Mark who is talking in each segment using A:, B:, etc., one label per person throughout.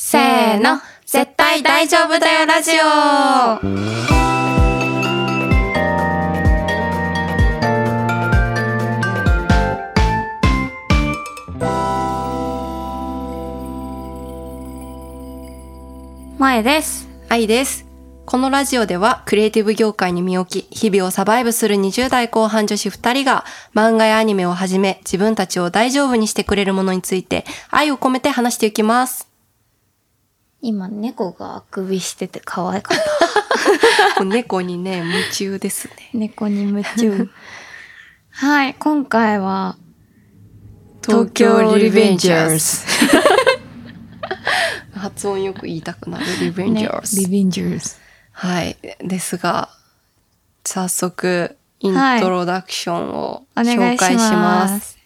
A: ーの絶対大丈夫だよラジオ前です
B: 愛です。このラジオではクリエイティブ業界に身を置き、日々をサバイブする20代後半女子2人が漫画やアニメをはじめ自分たちを大丈夫にしてくれるものについて愛を込めて話していき ます。
A: 今猫があくびしてて可愛かった
B: もう猫にね、夢中ですね。
A: 猫に夢中 はい今回は東京リベンジャ
B: ーズ。 発音よく言いたくなるリベンジャーズ。
A: ベンジャーズ
B: はい。ですが、早速、イン
A: はい
B: トロダクションを
A: お願いし
B: 紹介し
A: ま
B: ますす。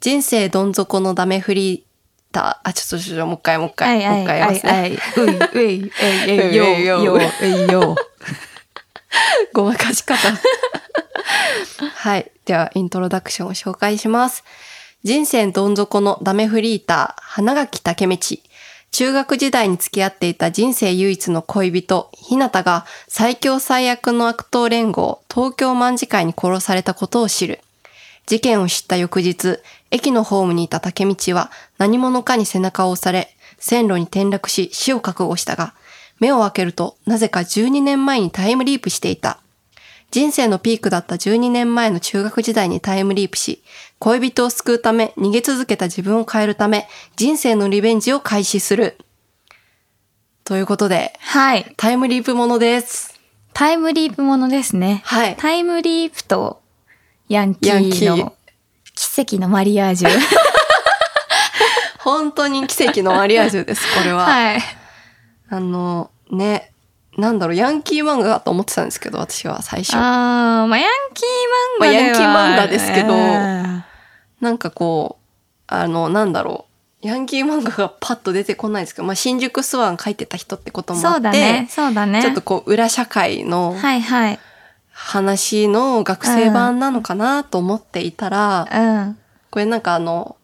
B: 人生どん底のダメフリーター。あ、ちょっと、ちょっと、もう一回、もう一
A: は
B: 回、
A: いは
B: もう
A: い
B: 一回や
A: は
B: り
A: い
B: ますね。
A: はいういういうえ い
B: ういよう
A: ようえいよ
B: ごまかし方。はい。では、イントロダクションを紹介します。人生どん底のダメフリーター、花垣竹道。中学時代に付き合っていた人生唯一の恋人、ひなたが最強最悪の悪党連合、東京卍会に殺されたことを知る。事件を知った翌日、駅のホームにいた竹道は何者かに背中を押され、線路に転落し死を覚悟したが、目を開けるとなぜか12年前にタイムリープしていた。人生のピークだった12年前の中学時代にタイムリープし、恋人を救うため、逃げ続けた自分を変えるため、人生のリベンジを開始する。ということで、
A: はい
B: タイムリープものです。
A: タイムリープものですね
B: はい。
A: タイムリープとヤンキ
B: ヤンキ
A: ー
B: ー
A: の奇跡のマリアージュ
B: 本当に奇跡のマリアージュです、これは。
A: はい
B: あの、ね、なんだろう、ヤンキー漫画だと思ってたんですけど、私は最初。
A: あー、まあ、ヤンキー漫画では、
B: まあヤンキー漫画ですけど
A: あ
B: なんかこう、あの、なんだろう、ヤンキー漫画がパッと出てこないんですけど、まあ、新宿スワン書いてた人ってこと
A: ー
B: もあって、
A: そうだね、そうだね。
B: ちょっとこう、裏社会の
A: はいはい。
B: 話の学生版なのかなと思っていたら、
A: うん。
B: これなんかあの、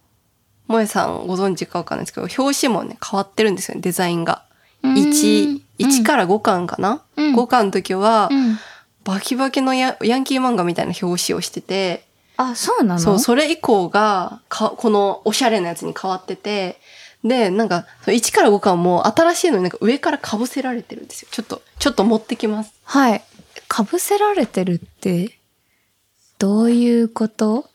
B: 萌えさんご存知かわかんないですけど、表紙もね、変わってるんですよね、デザインが。1、1から5巻かな、
A: うん
B: ?5 巻の時は
A: ら、うん。
B: バキバキのヤヤンキー漫画みたいな表紙をしてて、
A: あ、そうなの
B: そう、それ以降が、か、このおしゃれなやつに変わってて、で、なんか、その1から5巻も新しいのになんか上から被せられてるんですよ。ちょっと、ちょっと持ってきます。
A: はい。かぶせられてるって、どういうこと、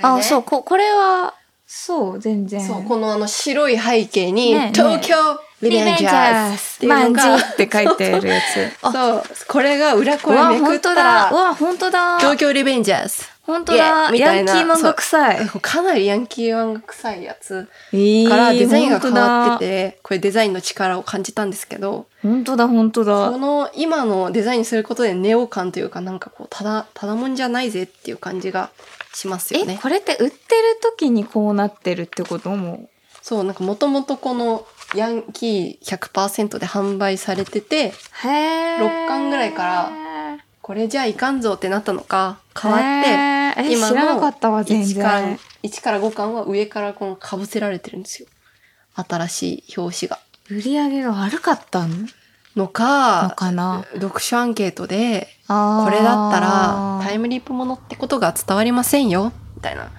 A: あ、そう、こ、これは、そう、全然。
B: そう、このあの白い背景に、
A: ねえねえ
B: 東京リベンジャーズっていうの
A: リベンジャー
B: が
A: ズマンジ、って書いてるやつ。あ、
B: そう、 これが裏
A: う
B: 声
A: わ、
B: めく
A: 本
B: った
A: 当だ。う
B: ら、
A: わ、本当だ。
B: 東京リベンジャーズ。
A: 本当だ。
B: いやみた
A: ヤ
B: い
A: ンキ
B: な
A: ー漫画臭い。
B: かなりヤンキー漫画臭いやつ
A: えー
B: からデザインが変わって
A: て。
B: て、これデザインの力を感じたんですけど、
A: 本当だ、本当
B: こ
A: だ。
B: の今のデザインにすることでネオ感というかなんかこうただただもんじゃないぜっていう感じがしますよ
A: え、
B: ね。
A: これって売ってる時にこうなってるってことも
B: そうなんかもともとこのヤンキー100%で販売されてて
A: う。へー
B: 六巻ぐらいからこれじゃあいかんぞってなったのか変わって
A: ってえ、
B: 今の
A: 知らなかったわ、全
B: 1から
A: 然。
B: 1から5巻は上からこのかぶせられてるんですよ。新しい表紙が。
A: 売り上げが悪かったの
B: のか
A: かな
B: 読書アンケートで
A: こ
B: これだったらタイ
A: ム
B: ムリープものってことが伝わりませんよみたいな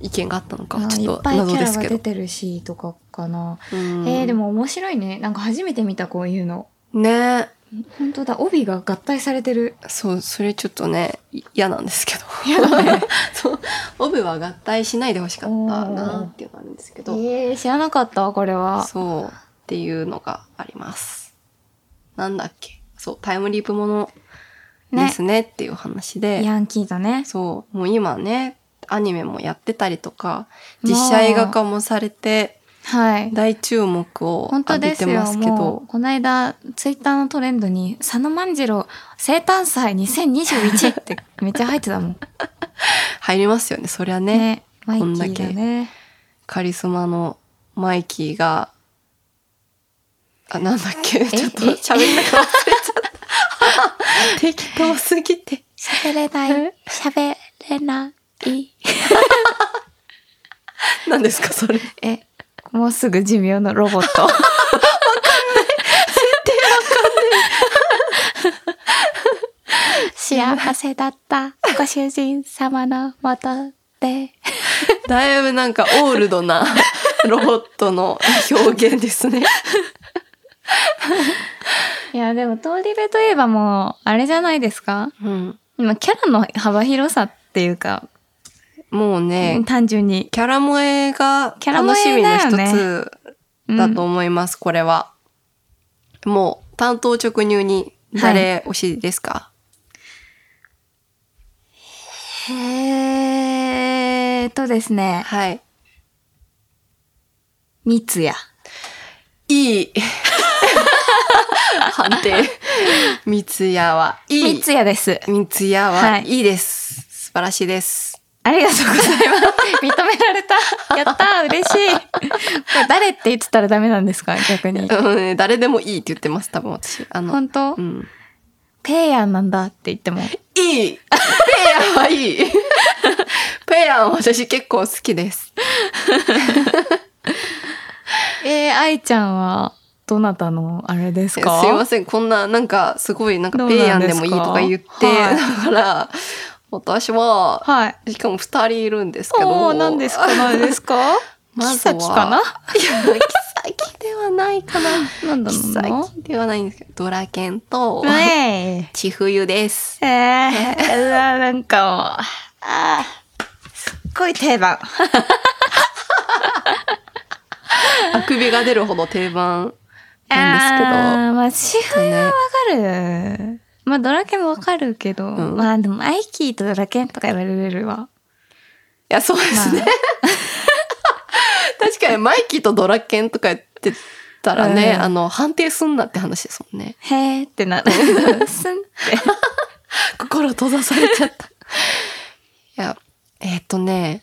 B: 意見があったのかち
A: い
B: ょ
A: っ
B: っと
A: ぱい
B: 謎
A: キャ
B: で
A: ラ
B: す
A: が
B: け
A: 出
B: ど。
A: てるし、とかかな。
B: うん
A: えー、でも面白いね。なんか初めて見た、こういうの。
B: ね
A: 本当だ、帯が合体されてる。
B: そうそれちょっとねい嫌なんですけど
A: 嫌だ
B: そうオブは合体しないでほしかったなっていうのがあるんですけ
A: え
B: ど
A: ー、知らなかったわ、これは。
B: そうっていうのがありますなんだっけそうタイムリープもの
A: ね
B: ですねっていう話で、
A: ヤンキーだね。
B: そうもう今ねアニメもやってたりとか実写映画化もされて
A: はい。
B: 大注目を
A: 本当
B: 浴び
A: です
B: て
A: よ。
B: ますけ
A: も
B: ど
A: うこの間、ツイッターのトレンドに、佐野万次郎生誕祭2021ってめっちゃ入ってたもん。
B: 入りますよねそりゃね
A: ね。マイキ
B: こんだ
A: ー
B: け
A: だね。
B: カリスマのマイキーがあなんだっけちょっと
A: え
B: 喋りながら忘れち ゃった適当すぎて
A: 喋れない、喋れない。
B: 何ですかそれ
A: え、もうすぐ寿命のロボット。
B: マ
A: 幸せだった。ご主人様のもとで。
B: だいぶなんかオールド なロボットの表現ですね。
A: いや、でも、通り部といえばもう、あれじゃないですか
B: うん。
A: 今、キャラの幅広さっていうか、
B: もうね、
A: 単純に。
B: キャラ萌えが
A: キャラ
B: 楽
A: 萌
B: しみ
A: えだ
B: の
A: よ
B: 一
A: ね
B: つだと思います、これは。もう、担当直入に誰推しですか、
A: へーとですね、
B: はい、い。
A: 三ツ矢。
B: い 判定。三ツ矢はいい。
A: 三ツ矢です。
B: 三ツ矢は
A: はい
B: いいです。素晴らしいです。
A: ありがとう ございます。認められた。やったー嬉しい。これ誰って言ってたらダメなんですか逆に。
B: うんね誰でもいいって言ってます、多分私。あの、
A: 本当、
B: うん。
A: ペイヤンなんだって言っても。
B: いいペヤンはいいペヤン私結構好きです。
A: えー、愛ちゃんは、どなたのあれです
B: すい
A: か
B: ません、こんな、なんか、すごい、なん
A: ど
B: か、
A: うなん
B: ペ
A: です
B: イヤンでも
A: か
B: いいとか言って、
A: はい
B: だから、私は、
A: はい。
B: しかも二人いるんですけ
A: お
B: ど。
A: ー、何ですか何ですか
B: ま
A: キ
B: ずは
A: サキかない
B: や、キサキではないかな。
A: なんだ
B: キサ
A: ろ
B: キではないんですけど、ドラケンと
A: う、ね
B: ちふゆです。
A: え。えー、うわ、なんかもう、あーすっごい定番。
B: あくびが出るほど定番なんで
A: あーまあ、シ
B: すけど。
A: フ
B: ね、
A: わかる。まあ、ドラケンもわかるけど、
B: うん
A: まあでも、アイキーとドラケンとか言われるより は。
B: いや、そうですね。
A: ま
B: 確かに、マイキーとドラケンとか言ってたらね、
A: うん
B: あの、判定すんなって話ですもんね。
A: へーってな る。すんって。
B: 心閉ざされちゃ った。いや、えーっとね、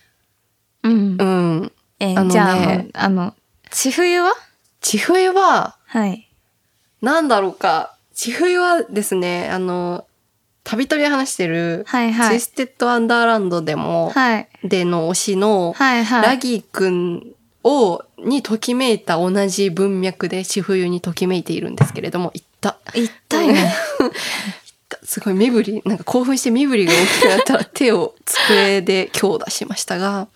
A: うん
B: う。ん。
A: えー
B: あのね
A: じゃああの、あの、ちふゆは
B: ちふゆは、
A: はい。
B: なんだろうか。ちふゆはですね、あの、たびたび話してる、
A: はいは
B: ツイ
A: い
B: ス。テッドアンダーランドでも、
A: はい。
B: での推しの、
A: はいはい。
B: ラギーくんを、にときめいた同じ文脈でちふゆにときめいているんですけれども、いった。
A: 行ったよね。
B: すごい身振り、なんか興奮して身振りが大きくなったら手を机で強打しましたが、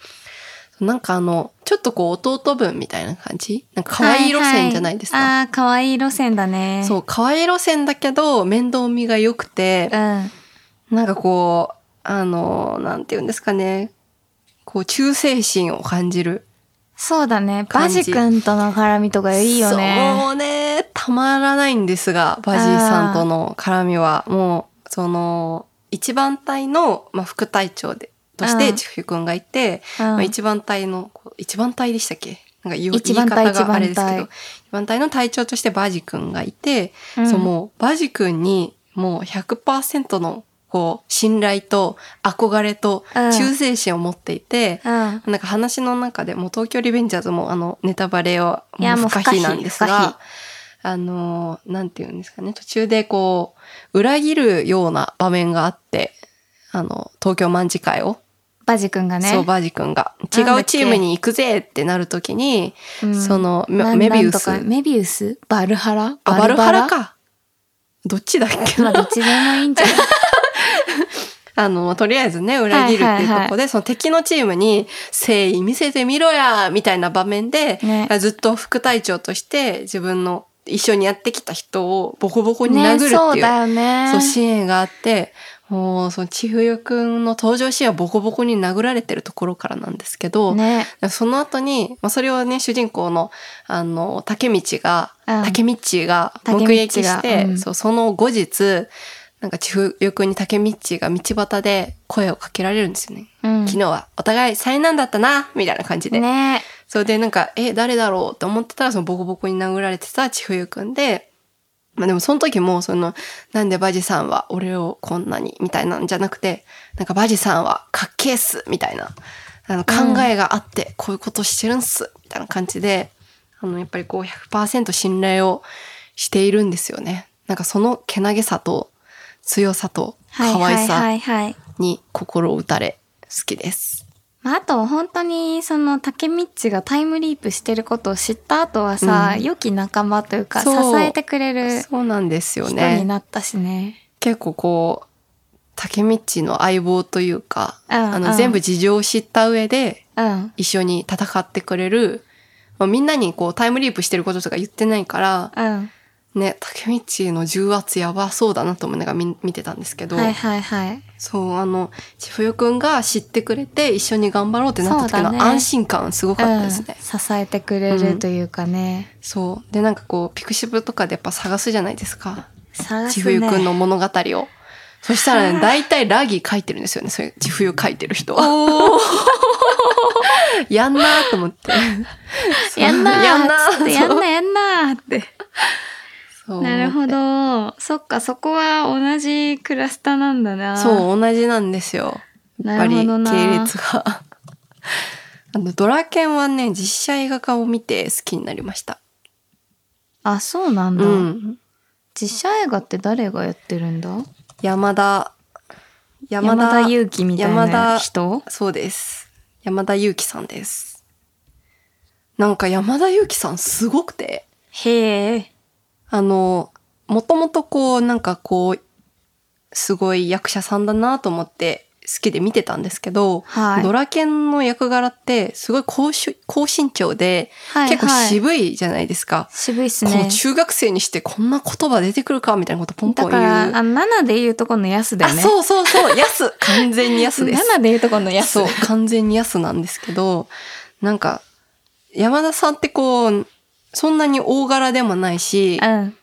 B: なんかあの、ちょっとこう弟分みたいな感じなんか可愛い路線じゃないですか。
A: ははああ、可愛い路線だね。
B: そう、可愛い路線だけど面倒見が良くて
A: う、ん。
B: なんかこう、あの、なんて言うんですかね。こう、忠誠心を感じる。
A: そうだね。バ
B: 感じ
A: ジ君との絡みとかいいよ
B: そう
A: ね。
B: もうね、たまらないんですが、バジーさんとの絡みは、もう、その、一番隊の、まあ、副隊長で、とし
A: う
B: て、
A: ん
B: ちふゆくんがいて、
A: うん
B: まあ、一番隊の、こう一番隊でしたっけなんか言う
A: 一
B: 言い
A: 番隊
B: 方があれですけど、
A: 一番隊
B: 一番隊の隊長としてバジ君がいて、
A: うん
B: そう、もう、バジ君に、もう100%の、こう、信頼と、憧れと、
A: うん
B: 忠誠心を持っていて、
A: うん。
B: なんか話の中でもう東京リベンジャーズもあのネタバレを
A: いや
B: もう不可
A: もう不可
B: 避
A: 避
B: なんです
A: 不可
B: が、あのー、なんて言うんですかね、途中でこう、裏切るような場面があって、あの、東京卍会を、
A: バジ君がね。
B: そう、バージ君が、違
A: なんだっ
B: う
A: け
B: チームに行くぜってなるときに、
A: うん
B: そのメ
A: な
B: メビウ
A: なんと
B: ス、
A: かメビウスバルハラ
B: あ、バルハラ
A: バ
B: か。どっちだっけ
A: まあ、どっちでもいいんじゃない
B: あの、とりあえずね、裏切るっていうところで、
A: はいはい
B: その敵のチームに誠意見せてみろやみたいな場面で、
A: ね
B: ずっと副隊長として自分の一緒にやってきた人をボコボコに殴るっていう、
A: そうだよね。
B: そうシーンがあって、もう、そのちふゆくんの登場シーンはボコボコに殴られてるところからなんですけど、
A: ね。
B: その後に、まあ、それをね、主人公の、あの、竹道が、
A: うん
B: 竹道が目
A: 竹道が
B: 撃して、
A: うん
B: そうその後日、なんか、ちふゆくんに竹道が道端で声をかけられるんですよね。
A: うん
B: 昨日は、お互い災難だったな、みたいな感じで。
A: ね。
B: それでなんか、え、誰だろうって思ってたら、そのボコボコに殴られてたちふゆくんで、まあでもその時も、その、なんでバジさんは俺をこんなに、みたいなんじゃなくて、なんかバジさんはかっけえっす、みたいな、あの考えがあって、こういうことしてるんす、みたいな感じで、あの、やっぱりこう100%信頼をしているんですよね。なんかそのけなげさと、強さと、
A: はい
B: 可愛
A: は
B: さ
A: いはいはい。
B: に心を打たれ、好きです。
A: まあ、あと本当にその竹道がタイムリープしてることを知った後はさ、
B: うん
A: 良き仲間というか支
B: そう
A: えてくれる
B: そうなんですよ
A: 人
B: ね。
A: になったしね。
B: 結構こう竹道の相棒というか、
A: うん
B: あ
A: う
B: の、
A: ん
B: 全部事情を知った上で、
A: うん。
B: 一緒に戦ってくれる、まあ、みんなにこう、タイムリープしてることとか言ってないから、
A: うん。
B: ね、竹道の重圧やばそうだなと思いながら見見てたんですけど、
A: はいはいはい。
B: そう、あの、ちふゆくんが知ってくれて一緒に頑張ろうってなった時
A: そうだね
B: の安心感すごかったですね。
A: うん、支えてくれるというかね。
B: そう。で、なんかこう、ピクシブとかでやっぱ探すじゃないですか。
A: 探
B: ち
A: す
B: ふ
A: ね。
B: ゆくんの物語を。そしたらね、大体ラギ書いてるんですよね。そういうちふゆ書いてる人は。 やんなーと思って。そう
A: やんなー
B: やんなー
A: つってやんなやんなーって。
B: そう
A: なるほ。ど。そっか、そこは同じクラスターなんだな。
B: そう、同じなんですよ。やっぱり、系
A: なるほどな
B: 列が。 あの、ドラケンはね、実写映画化を見て好きになりました。
A: あ、そうなんだ。
B: うん。
A: 実写映画って誰がやってるんだ
B: 山田、
A: 山田裕貴みたい
B: 山田
A: な人
B: そうです。山田裕貴さんです。なんか山田裕貴さんすごくて、
A: へえ。
B: あの、もともとこう、なんかこう、すごい役者さんだなと思って好きで見てたんですけど、
A: はい
B: ドラケンの役柄ってすごい高し高身長で、
A: はい
B: 結構
A: はい
B: 渋いじゃないですか。
A: 渋いっす
B: この
A: ね。
B: 中学生にしてこんな言葉出てくるかみたいなことポンポ
A: だ
B: ン言
A: か
B: う。
A: ら、あ、7で言うとこの安だ
B: あ、
A: よね。
B: そうそうそう、安。完全に安です。
A: 7で言うとこの安。
B: そう、完全に安なんですけど、なんか、山田さんってこう、そんなに大柄でもないし、
A: うん。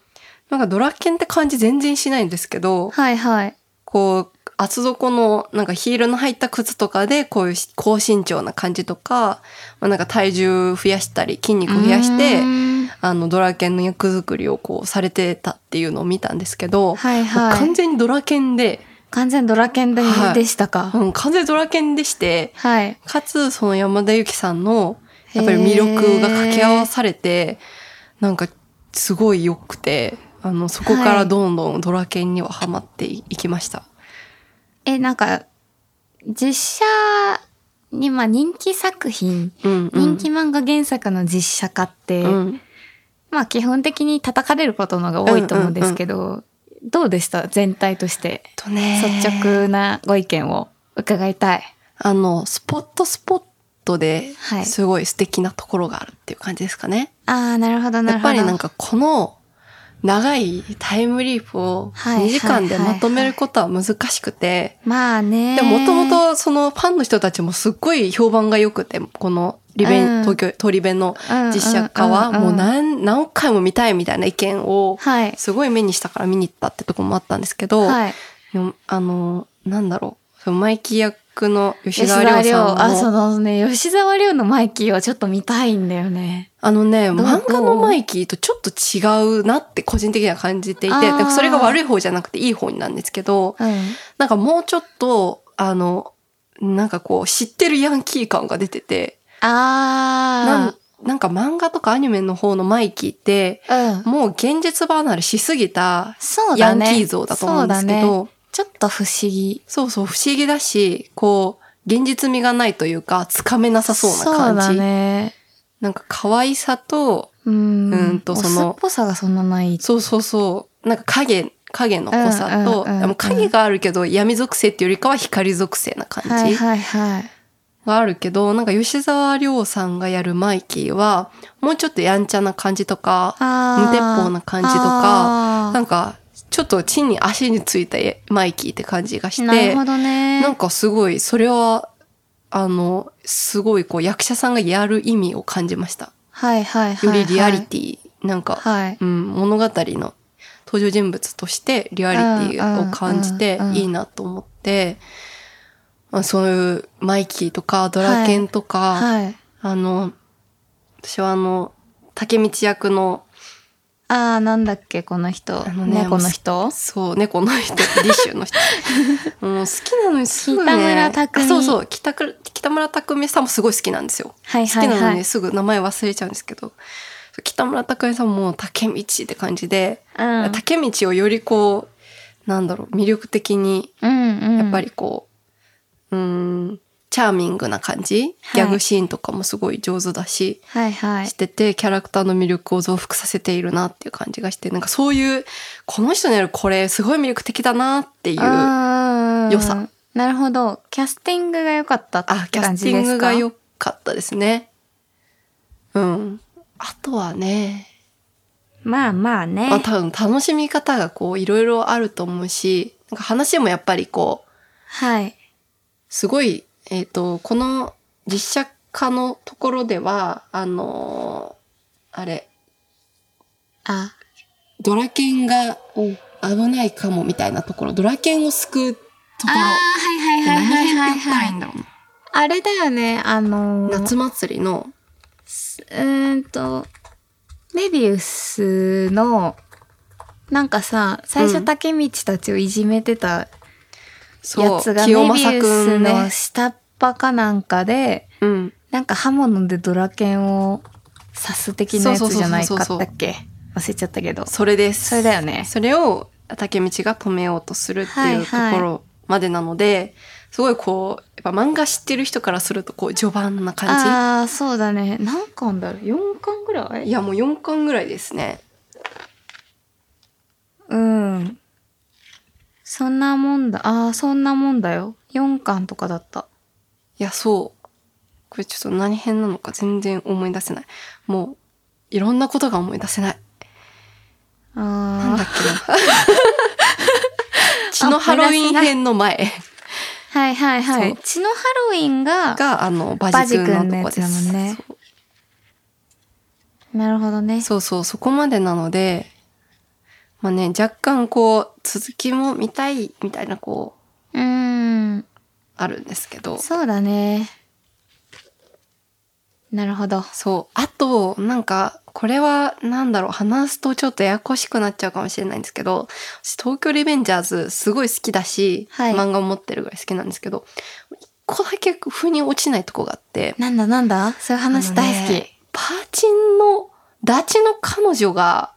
B: なんかドラケンって感じ全然しないんですけど、
A: はいはい。
B: こう、厚底の、なんかヒールの入った靴とかで、こういう高身長な感じとか、まあ、なんか体重増やしたり、筋肉増やして
A: う、ーん
B: あの、ドラケンの役作りをこう、されてたっていうのを見たんですけど、
A: は
B: も
A: い
B: う
A: はい。
B: 完全にドラケンで、
A: 完全ドラケンで,、
B: はい
A: でしたか。
B: うん、完全にドラケンでして、
A: はい。
B: かつ、その山田ゆきさんの、やっぱり魅力が掛け合わされて、なんか、すごい良くて、あの、そこからどんどんドラケンにはハマっていきました。
A: え、なんか、実写に、まあ人気作品、
B: うん、うん。
A: 人気漫画原作の実写化って、
B: うん。
A: まあ基本的に叩かれることの方が多いと思うんですけど、どうでした全体として。
B: とね
A: 率。直なご意見を伺いたい。
B: あの、スポットスポットで
A: はい、
B: すごい素敵なところがあるっていう感じですかね。
A: ああ、なるほど、な
B: やっ
A: るほど。
B: ぱりなんか、この、長いタイムリープを
A: はい
B: 2時間でまとめることは難しくて、
A: まあね。
B: でもともとそのファンの人たちもすっごい評判が良くて、このリベン、
A: うん
B: 東京、東リベンの
A: と
B: 実写化はもう何、何回も見たいみたいな意見を、
A: はい。
B: すごい目にしたから見に行ったってとこもあったんですけど、
A: はい。
B: でもあの、なんだろう、そのマイキー役の吉
A: 吉
B: 沢
A: 沢
B: 亮
A: 亮。
B: さん
A: あ、
B: も
A: そのね、吉沢亮のマイキーはちょっと見たいんだよね。
B: あのね、
A: どう
B: 漫画のマイキーとちょっと違うなって個人的には感じてい
A: あ
B: て、
A: ー
B: でもそれが悪い方じゃなくていい方なんですけど、
A: うん。
B: なんかもうちょっと、あの、なんかこう、知ってるヤンキー感が出てて、なん
A: あ
B: なんか漫画とかアニメの方のマイキーって、
A: あ。うん。
B: もう現実離れしすぎた
A: そう
B: ヤ
A: だ
B: ンキ
A: ね。
B: ー像だと思うんですけ
A: そうだね
B: ど、
A: ちょっと不思議。
B: そうそう不思議だし、こう、現実味がないというか、つかめなさそうな
A: そ
B: 感
A: う
B: じ。
A: だね。
B: なんか可愛さと、
A: うん。
B: うんとその
A: オスっぽさがそんなない。
B: そうそうそう、なんか影、影の濃さと、
A: うんうんうんうん
B: でも影があるけど闇属性っていうよりかは光属性な感じ。
A: はいはいはい。
B: があるけど、なんか吉沢亮さんがやるマイキーは、もうちょっとやんちゃな感じとか、
A: あー
B: 無鉄砲な感じと
A: あ
B: か、
A: ー
B: なんか、ちょっと地に足についたマイキーって感じがして、
A: なるほどね。
B: なんかすごい、それは、あの、すごいこう役者さんがやる意味を感じました。
A: はいはいはい
B: よ
A: はい。
B: りリアリティ、なんか、
A: はい。
B: うん、物語の登場人物としてリアリティを感じて
A: うんうんうんうん
B: いいなと思って、まあそういうマイキーとかドラケンとか、
A: はい。
B: あの、私はあの、竹道役の、
A: ああ、なんだっけ、この人。
B: あのね
A: 猫の人
B: そう、猫の 人、ディッシュの人。もう好きなのにすぐ、ね、
A: 北村匠海
B: あそうそう北く、北村匠海さんもすごい好きなんですよ。
A: はい
B: 好
A: は
B: き
A: い
B: なの
A: は
B: に
A: い。
B: すぐ名前忘れちゃうんですけど、北村匠海さんも竹道って感じで、
A: うん
B: 竹道をよりこう、なんだろう、魅力的に、
A: うんうん。
B: やっぱりこう、うん、ん、チャーミングな感じ、
A: はい
B: ギャグシーンとかもすごい上手だし、
A: はいはい
B: し。てて、キャラクターの魅力を増幅させているなっていう感じがして、なんかそういう、この人のやるこれすごい魅力的だなっていう
A: うんうん
B: 良さ。
A: なるほど。キャスティングが良かったっ
B: あ、
A: て
B: キャ
A: 感
B: ステ
A: じ
B: ィ
A: で
B: ング
A: す
B: が
A: か
B: 良かったですね。うん。あとはね、
A: まあまあね。
B: まあ多分楽しみ方がこういろいろあると思うし、なんか話もやっぱりこう、
A: はい。
B: すごい、えっ、と、この実写化のところでは、あのーあれ、
A: あ、
B: ドラケンが危ないかもみたいなところ、ドラケンを救うとこ
A: あー
B: ろ、
A: はいはいはい
B: 何
A: は
B: 編
A: い
B: って言った
A: は
B: らいいん
A: いはい。
B: だろうな。
A: あれだよね、あのー、
B: 夏祭りの、
A: うーんと、メビウスの、なんかさ、最
B: う
A: 初
B: ん
A: 竹道たちをいじめてた
B: そ
A: や
B: う、
A: つが、メビウスの下っ端かなんかで、
B: うん。
A: なんか刃物でドラケンを刺す的なやつじゃないか
B: そうそうそうそう
A: ったっけ忘れちゃったけど。
B: それです。
A: それだよね。
B: それを竹道が止めようとするっていうと
A: はいはい
B: ころまでなので、すごいこう、やっぱ漫画知ってる人からするとこう序盤な感
A: ああ、そうだね。何巻だろう ?4 巻ぐら
B: じ。い
A: い
B: や、もう4巻ぐらいですね。
A: うん。そんなもんだ。ああ、そんなもんだよ。4巻とかだった。
B: いや、そう。これちょっと何編なのか全然思い出せない。もう、いろんなことが思い出せない。なん
A: あ
B: だ
A: あ
B: っ。けな。 血のハロウィン編の前
A: はいはいは
B: そ。
A: いう血のハロウィンが、
B: が、あの、バジ君のとこで
A: バジ君のやつ
B: す。
A: だもんねなるほどね。
B: そうそう、そこまでなので、まあね、若干こう、続きも見たいみたいなこう、
A: うーん。
B: あるんですけど。
A: そうだね。なるほど。
B: そう。あと、なんか、これは、なんだろう、話すとちょっとややこしくなっちゃうかもしれないんですけど、私、東京リベンジャーズ、すごい好きだし、
A: はい
B: 漫画を持ってるぐらい好きなんですけど、一個だけ腑に落ちないとこがあって、
A: なんだなんだそういう話大好
B: あ
A: き。
B: のねパーチンの、ダチの彼女が、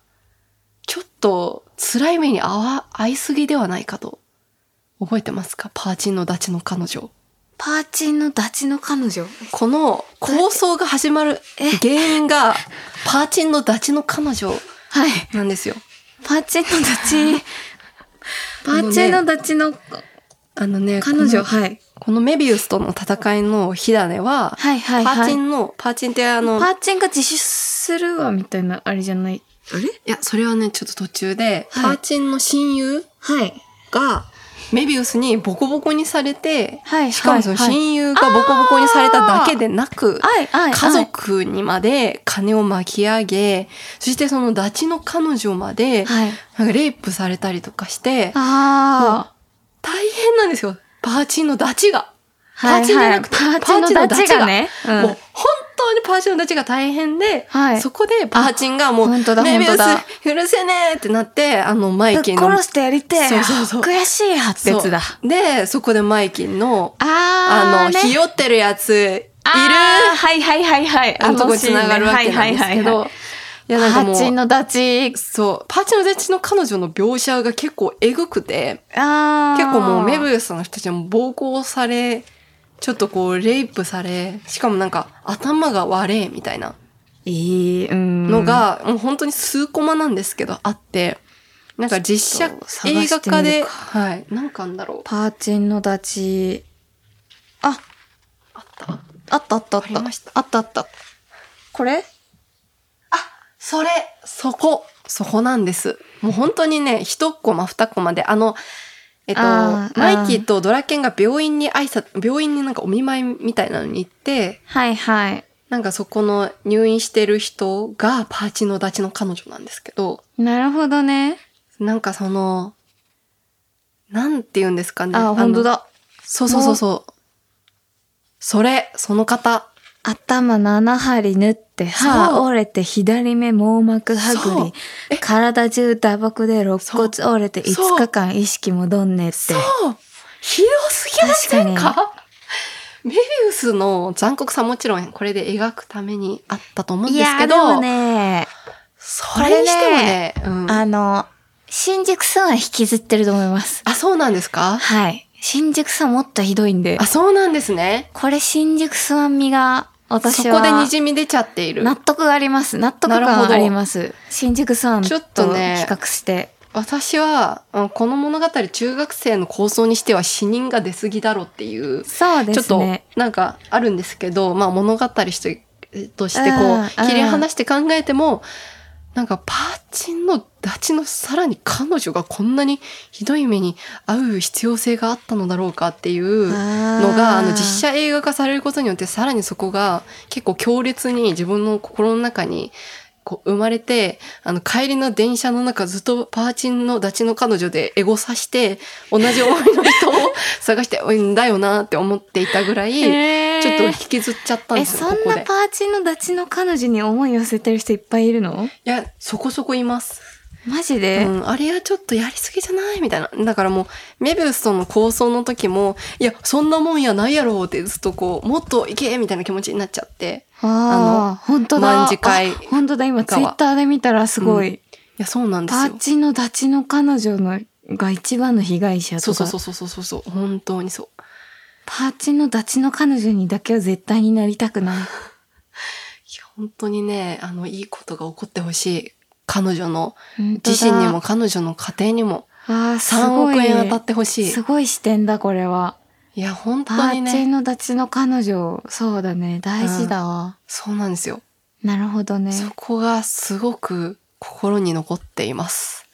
B: ちょっと辛い目に遭わ、遭いすぎではないかと。覚えてますかパーチンのダチの彼女。
A: パーチンのダチの彼女。
B: この構想が始まる原因が、パーチンのダチの彼女
A: はい。
B: なんですよ。
A: パーチンのダチ。 パーチンのダチの
B: あのね、
A: 彼女。
B: この
A: はい。
B: このメビウスとの戦いの火種は、
A: はいはい
B: パー
A: は
B: チ
A: い。
B: ンの、パーチンってあ
A: パ
B: の、
A: ーチンが自首するわみたいな、あれじゃない。あれ
B: いや、それはね、ちょっと途中で、
A: はい
B: パーチンの親友
A: はい。
B: が、メビウスにボコボコにされて、
A: はい。
B: しかもその
A: はいはい
B: 親友がボコボコにされただけでなく、
A: はいはい。
B: 家族にまで金を巻き上げ、そしてそのダチの彼女まで、
A: はい。
B: なんかレイプされたりとかして、
A: ああ。
B: 大変なんですよ。パーチンのダチが。パ
A: はい
B: ーチンじゃなくて
A: はいパーチンのダチがね。うん
B: もう本当にパーチンのダチが大変で、
A: はい。
B: そこでパーチンがもう、
A: あ本当だ
B: メビウス
A: 本当だ
B: 許せねえってなって、あのマイキーの
A: ぶっ。殺してやりてえ
B: そうそうそう
A: 悔しいやってやつだ。
B: そうで、そこでマイキーの
A: あー
B: あの、
A: ね
B: ひよってるやつ、いる
A: あーはいはいはいはい。
B: あのとこに
A: シーンね
B: 繋がるわけなんです
A: は
B: け
A: いはいはいは
B: ど
A: い、
B: いやなんか
A: パ
B: も
A: ーチン
B: う、
A: のダチ。
B: そう、パーチの絶地の彼女の描写が結構えぐくて、
A: あー
B: 結構もうメブウスの人たちも暴行され、ちょっとこう、レイプされ、しかもなんか、頭が悪いみたいない
A: い、うん。
B: の、が、もう本当に数コマなんですけど、あって、なんか実写
A: ちょっと、
B: 映
A: 探してみ
B: 画
A: るか
B: 化で、はい、なんかあんだろう。
A: パーチンのダチ。あ、
B: あった
A: あったあったあっ
B: ありました
A: た。あったあった。これ
B: それ、そこ、そこなんです。もう本当にね、一コマ二コマで、あの、えっと、
A: あー
B: マイキーとドラケンが病院に挨拶、病院になんかお見舞いみたいなのに行って、
A: はいはい。
B: なんかそこの入院してる人がパーチのダチの彼女なんですけど、
A: なるほどね。
B: なんかその、なんて言うんですかね。
A: あ、
B: の
A: 本当。だ。
B: そうそうそうそう。それ、その方。
A: 頭7針縫って、
B: そう
A: 歯折れて、左目網膜剥
B: そう
A: 離。体中打撲で肋骨折れて、
B: そう
A: 5日間意識戻んねって。
B: そうひどすぎませんかメビウスの残酷さもちろんこれで描くためにあったと思うん
A: い
B: です
A: や
B: け
A: ーで
B: ど、
A: もね、
B: それにしてもね、うん、あ
A: あの、新宿さんは引きずってると思います。
B: そうなんですか
A: はい。新宿さんもっとひどいんで
B: あ、。そうなんですね。
A: これ新宿スワン味が、
B: そ
A: 私は。
B: こで滲み出ちゃっている。
A: 納得があります。納得
B: なるほ
A: 感
B: ど
A: あります。新宿さん
B: ちょ
A: と
B: っとね
A: 比較して。
B: 私は、うんこの物語中学生の構想にしては死人が出過ぎだろっていう、
A: そうで
B: ちょっ
A: す
B: と
A: ね。
B: なんかあるんですけど、まあ物語としてとしてこ
A: うん
B: う切り離して考えても、なんかパーチンのダチのさらに彼女がこんなにひどい目に遭う必要性があったのだろうかっていうの
A: の
B: が、あの実写映画化されることによってさらにそこが結構強烈に自分の心の中にこう生まれて、あの帰りの電車の中ずっとパーチンのダチの彼女でエゴさして同じ思いの人を探して、うんだよなって思っていたぐらい、
A: えー
B: ちょっと引きずっちゃったん
A: え、
B: ですよ、
A: そ
B: こ
A: ん
B: こ
A: な
B: で。い
A: パーチンのダチの彼女に思い寄せてる人いっぱいいるの
B: や、そこそこいます。
A: マジで、
B: うん、あれはちょっとやりすぎじゃないみたいな。だからもう、メビウスとの構想の時も、いや、そんなもんやないやろうってずっとこう、もっといけみたいな気持ちになっちゃって。
A: ああ、本当だ。
B: 卍会
A: あ本当だ、今ツ
B: が
A: イッターで見たらすごい。
B: いや、そうなんで
A: パ
B: す
A: ー
B: よ。
A: チンのダチの彼女のが一番の被害者
B: そ
A: と
B: う
A: か。
B: そうそうそうそうそう、本当にそう。
A: パーチンのダチの彼女にだけは絶対になりたくない。
B: いや、本当にね、あの、いいことが起こってほしい。彼女の、
A: 本当だ
B: 自身にも。彼女の家庭にも、
A: ああ、す
B: 3
A: ご
B: 億
A: い。
B: 円当たってほしい。
A: すごい視点だ、これは。
B: いや、本
A: パ
B: 当に
A: ーチン
B: ね、
A: のダチの彼女、そうだね。大事だわ。
B: そうなんですよ。
A: なるほどね。
B: そこがすごく心に残っています。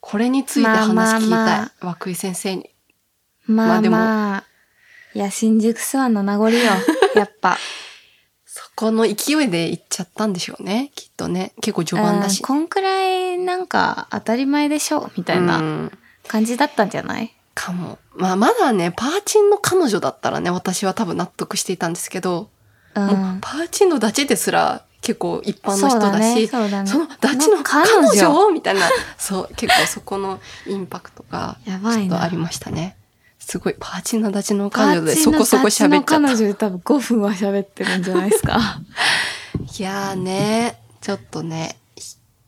B: これについて話聞いたい、
A: まあまあ
B: 涌井先生に。ま
A: ま
B: あ
A: あ
B: でも
A: まあ。いや、新宿スワンの名 残よ。やっぱ。
B: そこの勢いで行っちゃったんでしょうね、きっとね。結構序盤だし
A: うん。こんくらいなんか当たり前でしょ、みたいうなん感じだったんじゃない
B: かも。まあまだね、パーチンの彼女だったらね、私は多分納得していたんですけど、
A: うん。
B: もうパーチンのダチですら結構一般の
A: そ
B: 人
A: うだ
B: だし、
A: ね。
B: そ
A: そうだね。
B: のダチの彼
A: の彼
B: 女
A: 女
B: みたいな、そう、結構そこのインパクトが
A: や
B: ち
A: ば
B: ょ
A: い
B: っとあ
A: な
B: り。ましたね。すごい、パーチンのダチの
A: パ
B: 彼女で
A: ーチ
B: そ
A: ンの
B: こそこ喋っちゃった
A: 彼。女多分5分は喋ってるんじゃないで すか。
B: いやーね、ちょっとね、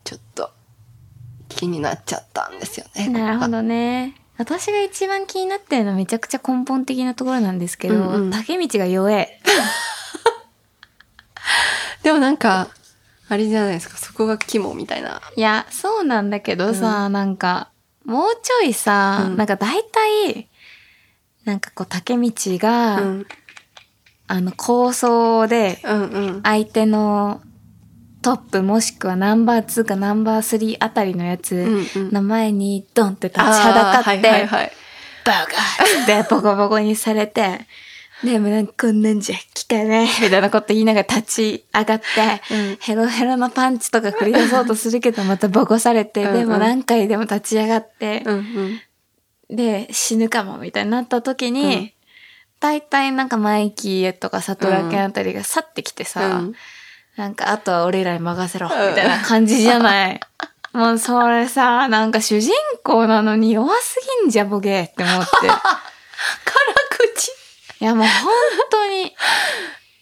B: ちょっと気になっちゃったんですよね。
A: なる
B: こ
A: ほ
B: こが。
A: どね。私が一番気になってるのはめちゃくちゃ根本的なところなんですけど、
B: うんうん
A: 竹道が弱え。
B: でもなんか、あれじゃないですか、そこが肝みたいな。
A: いや、そうなんだけどさ、なんか、もうちょいさ、
B: うん
A: なんか大体、なんかこう竹道
B: う
A: が、
B: ん、
A: あの構想で
B: うん、うん。
A: 相手のトップもしくはナンバー2かナンバー3あたりのやつ、
B: うんうん
A: の前にドンって立ち
B: あー
A: はだか
B: はいは
A: っ
B: い
A: て、
B: はい。
A: バカってボコボコにされて、でもなんかこんなんじゃ来たね、みたいなこと言いながら立ち上がって、
B: うん
A: ヘロヘロなパンチとか繰り出そうとするけど、またボコされて、
B: うんうん
A: でも何回でも立ち上がって、
B: うん、うん。
A: で、死ぬかも、みたいになった時に、
B: うん
A: 大体なんかマイキーとかサトラケンあたりが去ってきてさ、
B: うん
A: なんか、あとは俺らに任せろ、みたいな感じじゃない。 もうそれさ、なんか主人公なのに弱すぎんじゃボケって思って。
B: 辛口
A: いやもう本当に。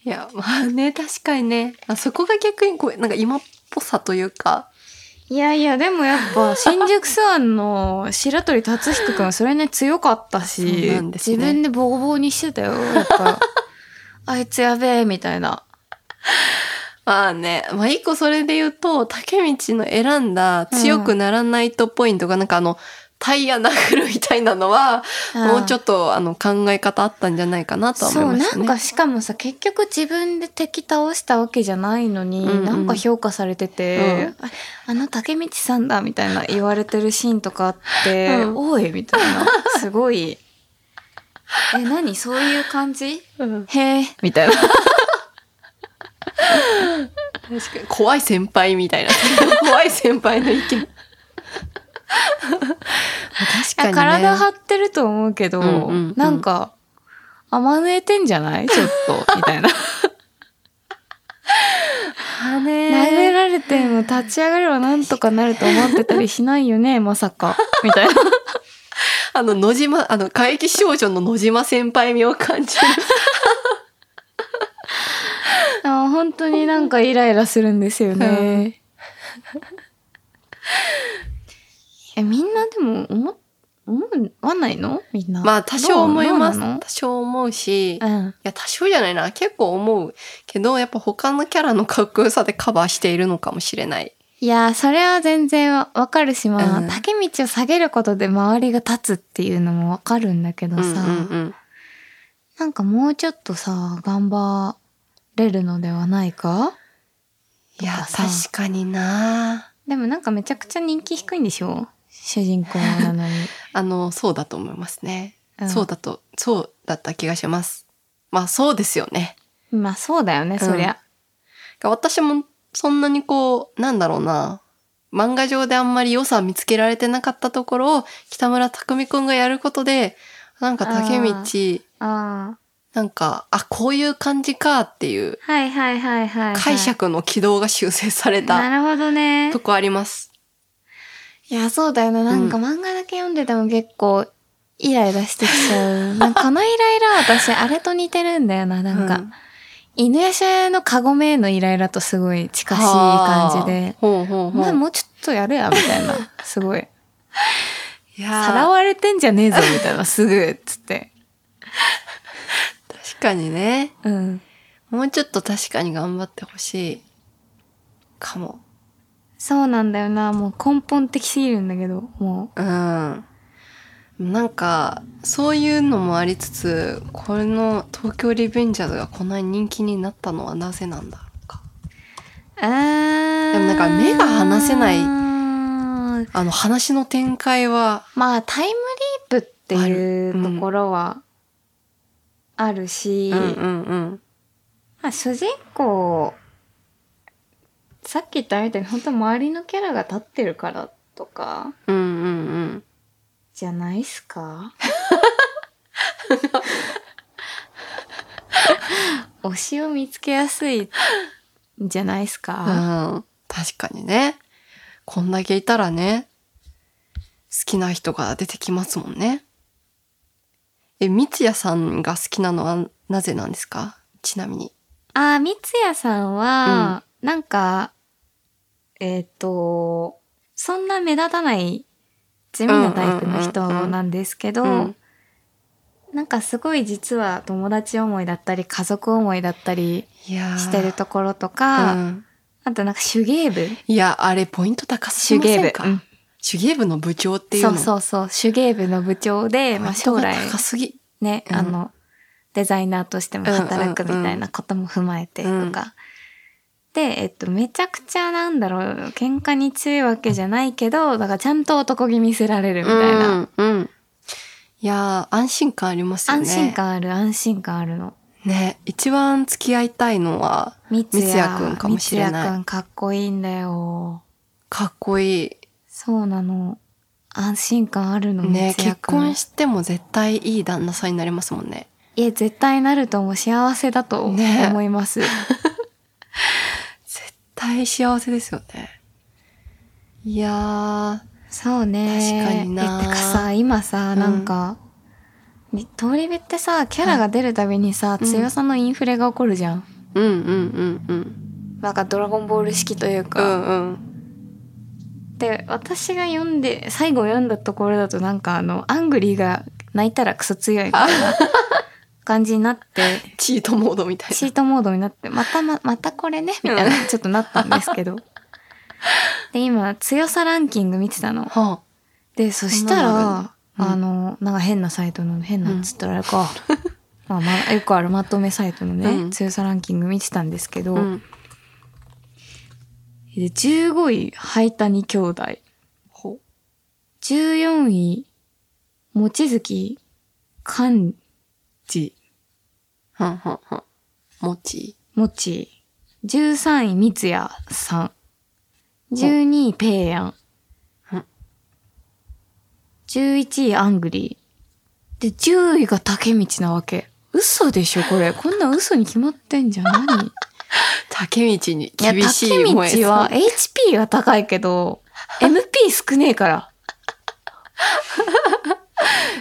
B: いや、まあね、確かにね。あそこが逆にこう、なんか今っぽさというか、
A: いやいや、でもやっ ぱ、新宿スワンの白鳥達彦くん、それね強かったし、
B: そうなんですね
A: 自分でボコボコにしてたよ、やっ ぱ。あいつやべえ、みたいな。
B: まあね、まあ一個それで言うと、竹道の選んだ強くならないとポイントが、なんかあの、タイヤ殴るみたいなのは、もうちょ
A: っ
B: っとあの考え方あったんじゃないかなとは思いまし
A: そ
B: た
A: う、
B: ね。
A: なんかしかもさ、結局自分で敵倒したわけじゃないのに、
B: うんうん
A: なんか評価されてて、ああの竹道さんだ、みたいな言われてるシーンとかあって、
B: うん
A: おい、みたいな。すごい。え、何そういう感じ
B: うん
A: へえ、みたいな。
B: 確かに怖い先輩みたいな。 怖い先輩の意見。 確かに、ね。
A: 体張ってると思うけど、
B: うんうんうん
A: なんか、甘えてんじゃないちょっと、 みたいな。
B: はね
A: 殴られても立ち上がればなんとかなると思ってたりしないよね、まさか。みたいな。
B: あの、野島、あの、怪奇少女の野島先輩味を感じる。
A: あ本当になんかイライラするんですよね。 えみんなでも思思わないのみんな。
B: まあ、多少思います。
A: どうなの
B: 多少思うし。い
A: うん。
B: や、多少じゃないな。結構思う。けど、やっぱ他のキャラのかっこよさでカバーしているのかもしれない。
A: いやー、それは全然わかるし、まあ、
B: うん
A: 竹道を下げることで周りが立つっていうのもわかるんだけど
B: う
A: さ、
B: んうんうん。
A: なんかもうちょっとさ、頑張れるのではないか
B: いや、
A: さ
B: 確かにな
A: でもなんかめちゃくちゃ人気低いんでしょ主人公な のに。
B: あの、そうだと思いますね。
A: ん
B: そうだと、そうだった気がします。まあそうですよね。
A: まあそうだよね、そりゃ。
B: 私もそんなにこう、なんだろうな。漫画上であんまり良さ見つけられてなかったところを北村匠くんがやることで、なんか竹
A: あ
B: 道、
A: ああ。
B: なんか、あ、こういう感じかっていう
A: はいはいはいはい、はい。
B: 解釈の軌道が修正され
A: な
B: た
A: るほどね
B: と。こあります。
A: いや、そうだよね。なんか漫画だけ読んでても結構イライラしてきちゃう。 なんかこのイライラは私、あれと似てるんだよな。なんか、
B: うん
A: 犬やしゃのカゴメへのイライラとすごい近しい感じ
B: はあ。
A: で
B: ほうほう
A: お
B: ほう。
A: 前もうちょっとやれや、みたいな。 すごい。
B: いやー
A: さらわれてんじゃねえぞ、み たいな。すぐ、つって。
B: 確かにね。
A: うん。
B: もうちょっと確かに頑張ってほしい。かも。
A: そうなんだよな。もう根本的すぎるんだけど、も
B: うん。なんか、そういうのもありつつ、これの東京リベンジャーズがこんなに人気になったのはなぜなんだろうか。
A: う。あ
B: でもなんか目が離せない
A: い。
B: あの話の展開は、
A: まあタイムリープってい
B: あるう
A: うんところはあるし、
B: うんうんうん。
A: まあ、主人公さっき言ったみたいに本当周りのキャラが立ってるからとか
B: うんうんうん。
A: じゃないっ すか推しを見つけやすいんじゃないっすか、
B: うん。確かにね。こんだけいたらね、好きな人が出てきますもんね。え、三ツ矢さんが好きなのはなぜなんですかちなみに。
A: ああ三ツ矢さんは、なんかえっ、とそんな目立たない地味なタイプの人なんですけど、
B: うん
A: なんかすごい実は友達思いだったり家族思いだったり
B: いやー
A: してるところと
B: う
A: か、
B: ん
A: あとなんか手芸部
B: いや、あれ、ポイント高す
A: 手
B: ぎま
A: 芸
B: せ
A: 部
B: んか、
A: うん
B: 手芸部の部長っていう
A: そ
B: の
A: うそうそう手芸部の部長で、まあ、将来
B: ポイントが高すぎ。
A: ね、
B: うん
A: あのデザイナーとしても働くみたいなことも踏まえてとか、
B: うん
A: で、えっと、めちゃくちゃなんだろう喧嘩に強いわけじゃないけどだからちゃんと男気見せられるみたいな、
B: うん。うんいやー、安心感ありますよね。
A: 安心。感ある安心感あるの。
B: ね、一番付き合いたいのは、
A: 三ツ
B: 三ツ
A: 矢
B: 矢くんかもしれない
A: 三ツ矢くんかっこいいんだよ。
B: かっこい
A: そうなの。安心感ある
B: い。
A: の
B: ね、
A: 三ツ矢
B: 結
A: くん
B: 婚しても絶対いい旦那さんになりますもんね。
A: いや、絶対なると思う。幸せだと
B: ね
A: 思います。
B: 絶対幸せですよね。いや
A: そうね。
B: 確かにな
A: えてかさ、今さ、
B: うん
A: なんか、に通り部ってさ、キャラが出るたびにさ、
B: い
A: 強さのインフレが起こるじゃん。
B: ー、うんうんうんうん。
A: なんかドラゴンボール式という
B: う
A: か。
B: んうん。
A: で、私が読んで、最後読んだところだとなんかあの、アングリーが泣いたらクソ強いみたいな感じに なって、
B: チートモードみたい
A: シートモードになって、またま、またこれね、みたいな、ちょっとなったんです けど。で、今、強さランキング見てたの
B: な。。は
A: で、そしたら、
B: そんなのあるん
A: あ
B: だうん
A: の、なんか変なサイトの、変な
B: う
A: っ
B: ん
A: つったらあれか。 まあ、まあ、よくあるまとめサイトのね、
B: うん
A: 強さランキング見てたんですけ
B: あ
A: ど、
B: うん。
A: で15位、灰谷兄弟。
B: ほ
A: 14位、望月寛治
B: う。はんはんはん。もち。
A: もち。13位、三ツ矢さん。12位、ペイヤン
B: うん。
A: 11位、アングリー。で、10位が竹道なわけ。嘘でしょ、これ。こんなん嘘に決まってんじゃん。何い
B: 竹道に
A: や、
B: 厳しい
A: 竹
B: 萌えさん
A: 道は HP が高いけど、MP 少ねえから。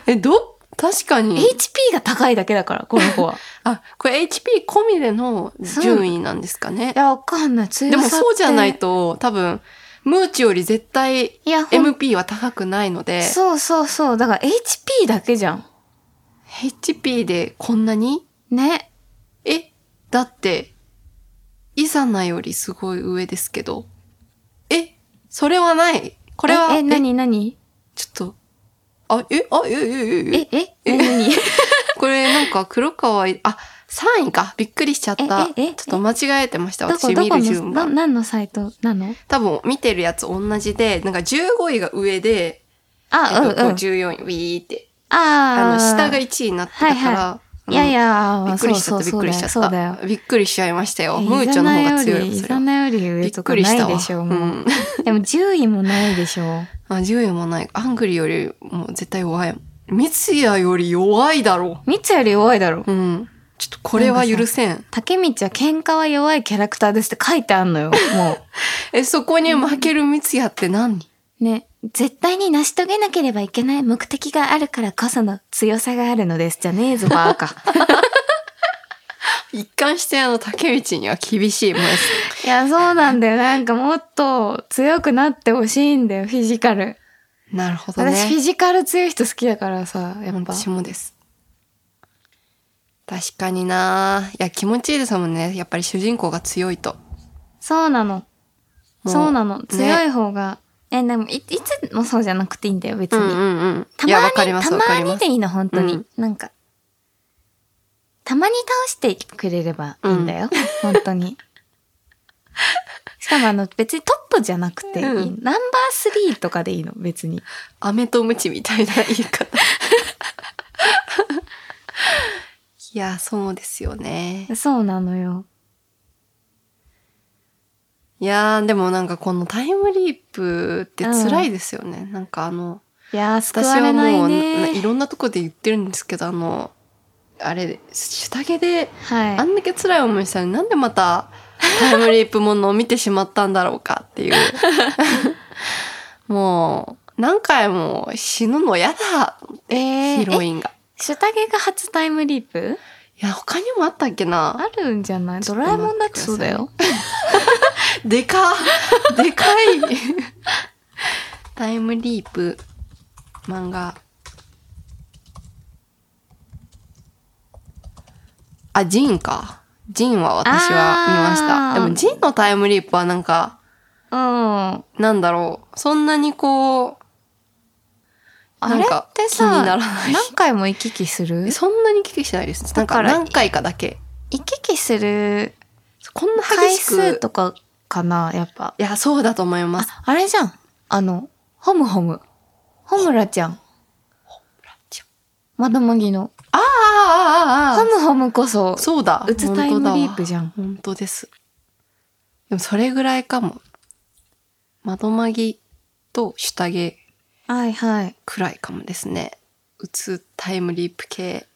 B: え、ど確かに。
A: HP が高いだけだから、この 子は。
B: あ、これ HP 込みでの順位なんですかね
A: い。や、わかんない。強
B: で
A: さっ
B: も
A: て
B: そうじゃない。と、多分、ムーチより絶対
A: いや、ほん
B: MP は高くないので、
A: そうそうそう。だから HP だけじゃん。
B: HP でこんなに
A: ね。
B: え、だって、イザナよりすごい上ですけど、え、それはない。これは、
A: え、え、なになに
B: ちょっと、あ、え、あ、え、え、え、 え、
A: え、え、え、なに
B: これなんか黒川い、あ、3位か。びっくりしちゃった。ち
A: ええ
B: ょ
A: え
B: っと間違えてました。
A: どこ、
B: 私
A: ど
B: 見
A: こ
B: る順
A: の、な
B: 番。
A: 何のサイトなの
B: 多分見てるやつ同じで、なんか15位が上で、え
A: あ、
B: っ
A: うん
B: と
A: うん。
B: 54位、ウィーって。あ
A: あ
B: の、
A: あ。
B: 下が1位になってたから、
A: いやいや、
B: あの、びっくりしちゃっ
A: そ
B: た、
A: う
B: びっ
A: そう
B: くりしちゃ
A: そう
B: っ
A: だよ
B: た。。びっくりしちゃいましたよ。ムーチ
A: い
B: ョ
A: ざ
B: の方
A: なよ
B: が
A: り
B: 強い。
A: い
B: それ
A: ざ
B: は
A: なより
B: び
A: 上
B: っ
A: とか
B: くり
A: な
B: した
A: い
B: わ。
A: でしょ、
B: う
A: もう。
B: ん
A: でも10位もないでしょ。
B: あ、10位もない。アングリよりも絶対弱いもん。三ツ矢より弱いだろ
A: 3つより弱いだろ。
B: う。うん。ちょっとこれは許せん。
A: 竹道は喧嘩は弱いキャラクターですって書いてあんのよ、も
B: え、そこに負ける三ツ矢って何
A: う。ね。絶対に成し遂げなければいけない目的があるからこその強さがあるのです。じゃねえぞ、バーカ。
B: 一貫してあの、竹道には厳しいもんです。
A: いや、そうなんだよ。なんかもっと強くなってほしいんだよ、フィジカル。
B: なるほどね。
A: 私、フィジカル強い人好きだからさ、やっぱ。
B: 私もです。確かにないや、気持ちいいですもんね。やっぱり主人公が強いと。
A: そうなの。
B: も
A: そうなの。強
B: ね
A: い方が。え、でもい、いつもそうじゃなくていいんだよ、別
B: う
A: に。
B: んうんうん。
A: た
B: いや、わ
A: ま
B: かり
A: に、
B: ます、
A: た
B: わかり
A: ま
B: ま
A: に
B: す
A: で。いいの、本当に。
B: うん
A: なんか。たまに倒してくれればいいんだよ、本当に。しかもあの、別にトップじゃなくていい。
B: うん
A: ナンバースリーとかでいいの、別に。
B: 飴とムチみたいな言い 方。いや、そうですよね。
A: そうなのよ。
B: いやー、でもなんかこのタイムリープって辛いですよね。なんかあの、
A: いやー、救
B: 私
A: わ
B: は
A: れない
B: もう、い
A: ね。
B: ろんなとこで言ってるんですけど、あの、あれ、下着で、
A: はい。
B: あんだけ辛い思いしたのになんでまたタイムリープものを見てしまったんだろうかっていう。 もう、何回も死ぬのやだ、
A: えー、
B: ヒロ
A: え、
B: インが。
A: 下着が初タイムリープ
B: いや、他にもあったっけな
A: あるんじゃない
B: ちょ
A: ド
B: っと
A: ラえ
B: 待って
A: もんだってそうだよ。
B: でかでかいタイムリープ漫画。あ、ジンか。ジンは私は見ました。
A: あー
B: でもジンのタイムリープはなんか、
A: うん。
B: なんだろう、そんなにこう、
A: あれ
B: なんか
A: ってさ、
B: 気にならない
A: 何回も行き来する
B: えそんなに聞きしないです。なん
A: だ
B: か
A: から
B: 何回かだけ。
A: 行き来する
B: こんな
A: 回
B: 激しく。
A: 数とかかな、やっぱ。
B: いや、そうだと思います。
A: あれじゃん。あの、ホムホム。ホムラちゃん。窓マギの。
B: ああああ
A: ホムホムこそ、
B: そうだ。
A: 打つタイムリープじゃん。
B: 本当だわ本当です。でもそれぐらいかも。窓まぎと下着
A: はいはい。
B: くらいかもですね。打つタイムリープ系。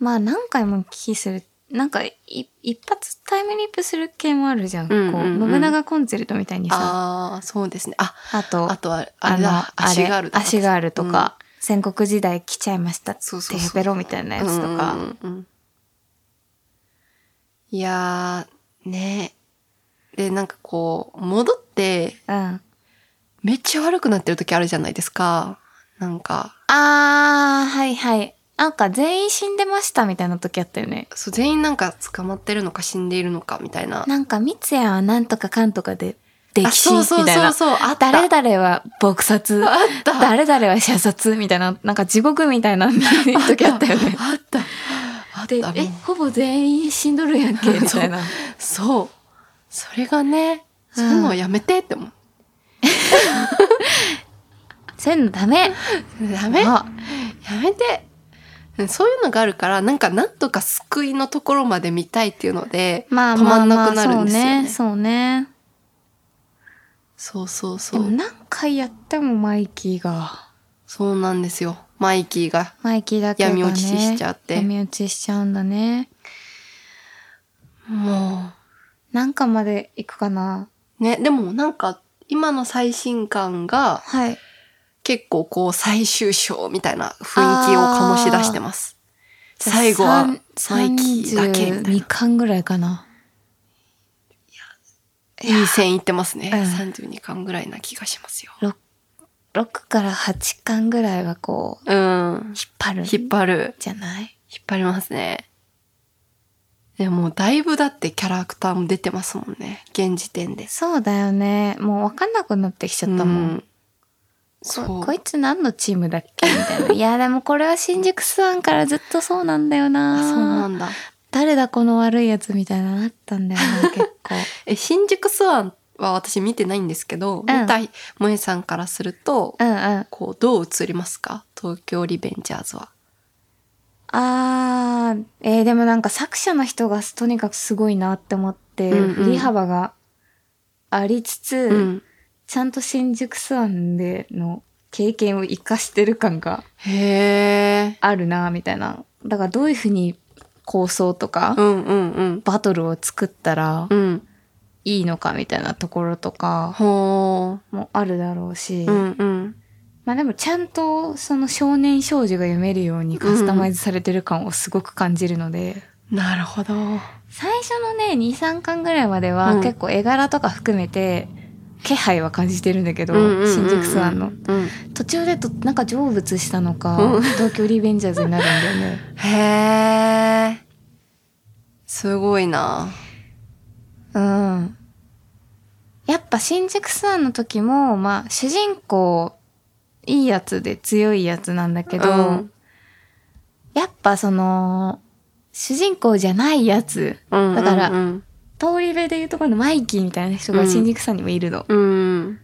A: まあ何回も行き来する。なんか、い一発タイムリープする系もあるじゃん。
B: うんうんうん
A: こう、信長コンセルトみたいにさ。
B: ああ、そうですね。あ、
A: あと、
B: あとは、あれだ、
A: あの
B: 足があるだ
A: れ足があるとか、戦国時代来ちゃいましたって
B: そうそうそう
A: ヘペロみたいなやつとか、
B: うんうんうんいやー、ねで、なんかこう、戻って、
A: うんあ
B: めっちゃ悪くなってる時あるじゃないですか。なんか、
A: あーはいはいなんか全員死んでましたみたいな時あったよね
B: そう、全員なんか捕まってるのか死んでいるのかみたいな。
A: なんか三ツ矢はなんとかかんとかで
B: あ
A: 歴史
B: そう
A: み
B: そう
A: たい
B: そう
A: な
B: そう、あった。
A: 誰々は撲殺
B: あった。
A: 誰々は射殺みたいななんか地獄みたいな時あったよね
B: あった。あっ
A: で
B: た。
A: え
B: も
A: ほぼ全員死んどるやん けみたいな
B: うそう。それがね、
A: う
B: そ
A: ん
B: ういうのをやめてって思う。
A: そういうのダメ
B: ダメ
A: あ
B: やめてそういうのがあるからなんかなんとか救いのところまで見たいっていうので、
A: まあ
B: 止ま
A: まあ
B: んな
A: ま
B: く
A: あ
B: なる
A: そうん
B: ですよね
A: ね。そうね
B: そうそうそ
A: でも
B: う。
A: 何回やってもマイキーが、
B: そうなんですよ。マイキーが。
A: マイキーだけがね。
B: 闇落ちしちゃって
A: 闇落ちしちゃうんだね。
B: も
A: 何巻まで行くかな
B: う。ね、でもなんか今の最新刊が
A: はい。
B: 結構こう最終章みたいな雰囲気を醸し出してます。最後はマイキーだけみたい
A: 2
B: な。
A: 巻ぐらいかな。
B: いい線いってますね。
A: うん
B: 32巻ぐらいな気がしますよ。
A: 6から8巻ぐらいはこう、
B: うん。
A: 引っ張る。
B: 引っ張る。
A: じゃない
B: 引っ張りますね。でもうだいぶだってキャラクターも出てますもんね。現時点で。
A: そうだよね。もうわかんなくなってきちゃったもん。
B: うんそう
A: ここいつ何のチームだっけみたいな。いや、でもこれは新宿スワンからずっとそうなんだよ
B: あ
A: な。
B: そうなんだ。
A: 誰だこの悪いやつみたいなのあったんだよ な、結構。
B: え、新宿スワンは私見てないんですけど、
A: ん
B: 見た萌えさんからすると、
A: うんうん。あ
B: こう、どう映りますか東京リベンジャーズは。
A: ー、えーでもなんか作者の人がとにかくすごいなって思って、
B: うんうん
A: 振り幅がありつつ、
B: うん。
A: ちゃんと新宿スワンでの経験を活かしてる感が
B: へえ。
A: あるな、みたいな。だからどういうふうに構想とか、
B: うんうんうん。
A: バトルを作ったら
B: うん。
A: いいのかみたいなところとか
B: ほ
A: もあるだろうし、
B: ー。うんうん。
A: まあでもちゃんとその少年少女が読めるようにカスタマイズされてる感をすごく感じるので、
B: なるほど。
A: 最初のね23巻ぐらいまでは
B: うん
A: 結構絵柄とか含めて気配は感じてるんだけど、
B: うんうんうんうん
A: 新宿スワンの
B: うん。
A: 途中でとなんか成仏したのか、
B: うん
A: 東京リベンジャーズになるんだよ ね
B: へえ。すごいな。
A: うんやっぱ新宿スワンの時もまあ主人公いいやつで強いやつなんだけど、
B: うん
A: やっぱその主人公じゃないやつ
B: うん
A: だから
B: うん
A: 通り部でいうところのマイキーみたいな人が新宿さんにもいるの、
B: うん。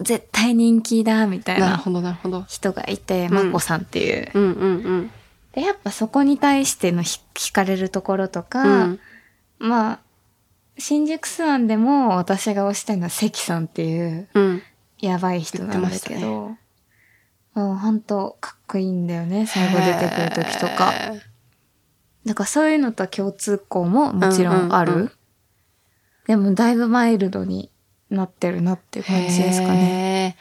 A: 絶対人気だみたい
B: なる
A: な
B: ほど、なるほど。
A: 人がいて、
B: うん
A: マコさんっていう、
B: うんうんうん。
A: でやっぱそこに対してのひ惹かれるところと
B: う
A: か、
B: ん。
A: まあ新宿スワンでも私が推したいのは関さんっていう
B: うん。
A: やばい人なんだけ
B: 言って
A: ど、もうほんとかっこいいんだよね最後出てくる時とか
B: へー。
A: だからそういうのと共通項ももちろんある。
B: うんうんうん
A: でもだいぶマイルドになってるなっていう感じですかね。
B: ね。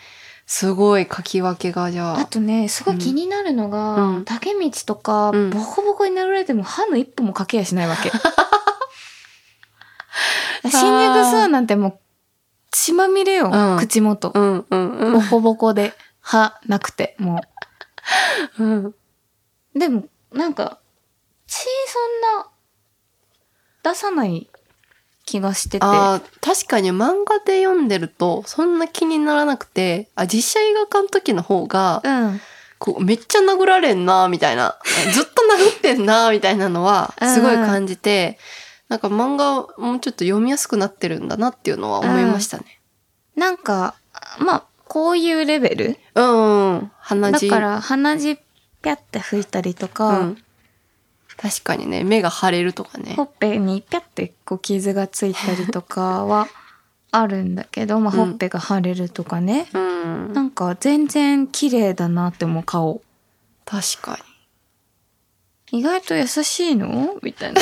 B: すごい書き分けがじゃ
A: あ
B: あ。
A: とね、すごい気になるのが、
B: うん
A: 竹道とか、
B: うん
A: ボコボコになられても歯の一歩もかけやしない わけ。新宿スワンなんてもう血まみれよ、
B: うん
A: 口元。
B: うんうんう
A: ボ
B: ん
A: コボコで歯なくて、も
B: うん。
A: う。でも、なんか、血そんな出さない気がしてて。
B: あー確かに漫画で読んでるとそんな気にならなくてあ実写映画化の時の方が
A: うん。
B: こうめっちゃ殴られんなみたい なずっと殴ってんなみたいなのはすごい感じてなんか漫画もうちょっと読みやすくなってるんだなっていうのは思いましたね。
A: なんか、まあ、こういうレベル。
B: うん、うん、鼻
A: だ
B: 血
A: から、鼻血ぴゃって吹いたりとか、
B: うん、確かにね目が腫れるとかね
A: ほ。っぺにぴゃってこう傷がついたりとかはあるんだ けど、まあ、
B: うん
A: ほっぺが腫れるとかね。
B: うん
A: なんか、全然綺麗だなって思う顔。
B: 確かに。
A: 意外と優しいの みたいな。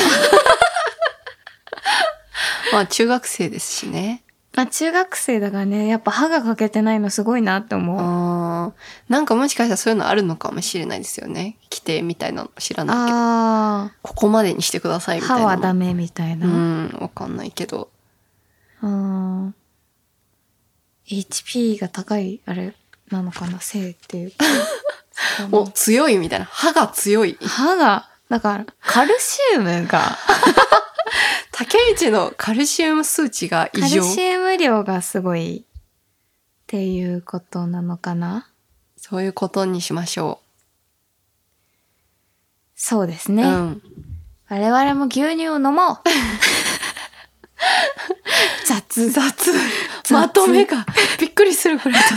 B: まあ中学生ですしね。
A: まあ、中学生だからね、やっぱ歯が欠けてないのすごいなって思う。
B: あーなんかもしかしたらそういうのあるのかもしれないですよね。規定みたいなの知らないけど。
A: あ
B: ここまでにしてください
A: ー、
B: みたい
A: 歯
B: な。
A: はダメみたいな。
B: うん、わかんないけど。
A: うん。HP が高い、あれ、なのかな、性っ ていうか。そ
B: お、
A: の
B: 強いみたいな。歯が強い。
A: 歯が、だから、カルシウムが、
B: 竹内のカルシウム数値が異
A: カル
B: 常。
A: シウム量がすごい、っていうことなのかな。
B: そういうことにしましょ
A: そうです
B: う。
A: ね。
B: うん。
A: 我々も牛乳を飲 もう雑
B: 雑。
A: 雑
B: まとめが。びっくりするぐらい 雑。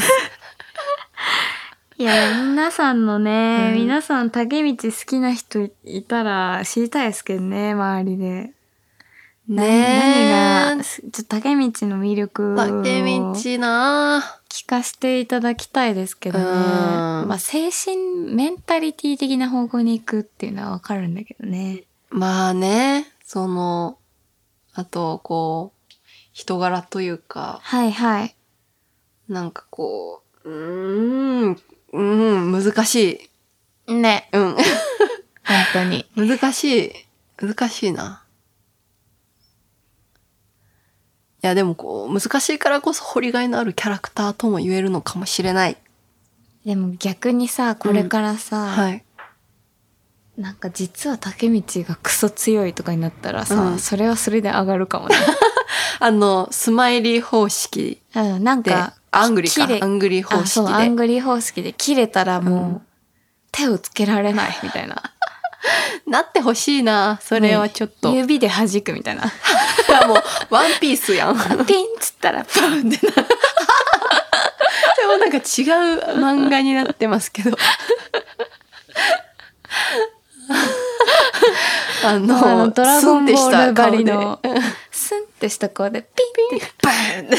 A: いや、皆さんの
B: う
A: ね、
B: ん
A: 皆さん、竹道好きな人いいたら知りたいですけどね、周りで。何が、
B: ねえ。
A: すちょっと竹道の魅力を
B: 竹
A: 聞
B: 道な
A: かせていただきたいですけどね。
B: うん
A: まあ、精神、メンタリティ的な方向に行くっていうのはわかるんだけどね。
B: まあね、その、あと、こう、人柄というか、
A: はいはい。
B: なんかこう、うーん、うーん、難しい。
A: ね、
B: うん。
A: 本当に。
B: 難しい。難しいな。いや、でもこう、難しいからこそ掘りがいのあるキャラクターとも言えるのかもしれない。
A: でも逆にさ、これからさ、
B: はい。
A: なんか実は竹道がクソ強いとかになったらさ、
B: うん
A: それはそれで上がるかも ね。
B: あの、スマイリー方式
A: うんなん
B: で
A: か、、
B: アングリ
A: きれ
B: か。アングリー方
A: あそう、ア
B: 式
A: ン
B: で。
A: グリー方式で切れたらもう、
B: うん
A: 手をつけられないみたいな。
B: なってほしいな。それはちょっと。
A: 指で弾くみたいな。
B: もう、ワンピースや ん。で
A: ピンっつったらパンってな。
B: もなんか違う漫画になってますけ ど。あの、
A: あのドラゴンボール
B: スンってした顔で
A: ばりのスンってした顔でピンって。
B: バーン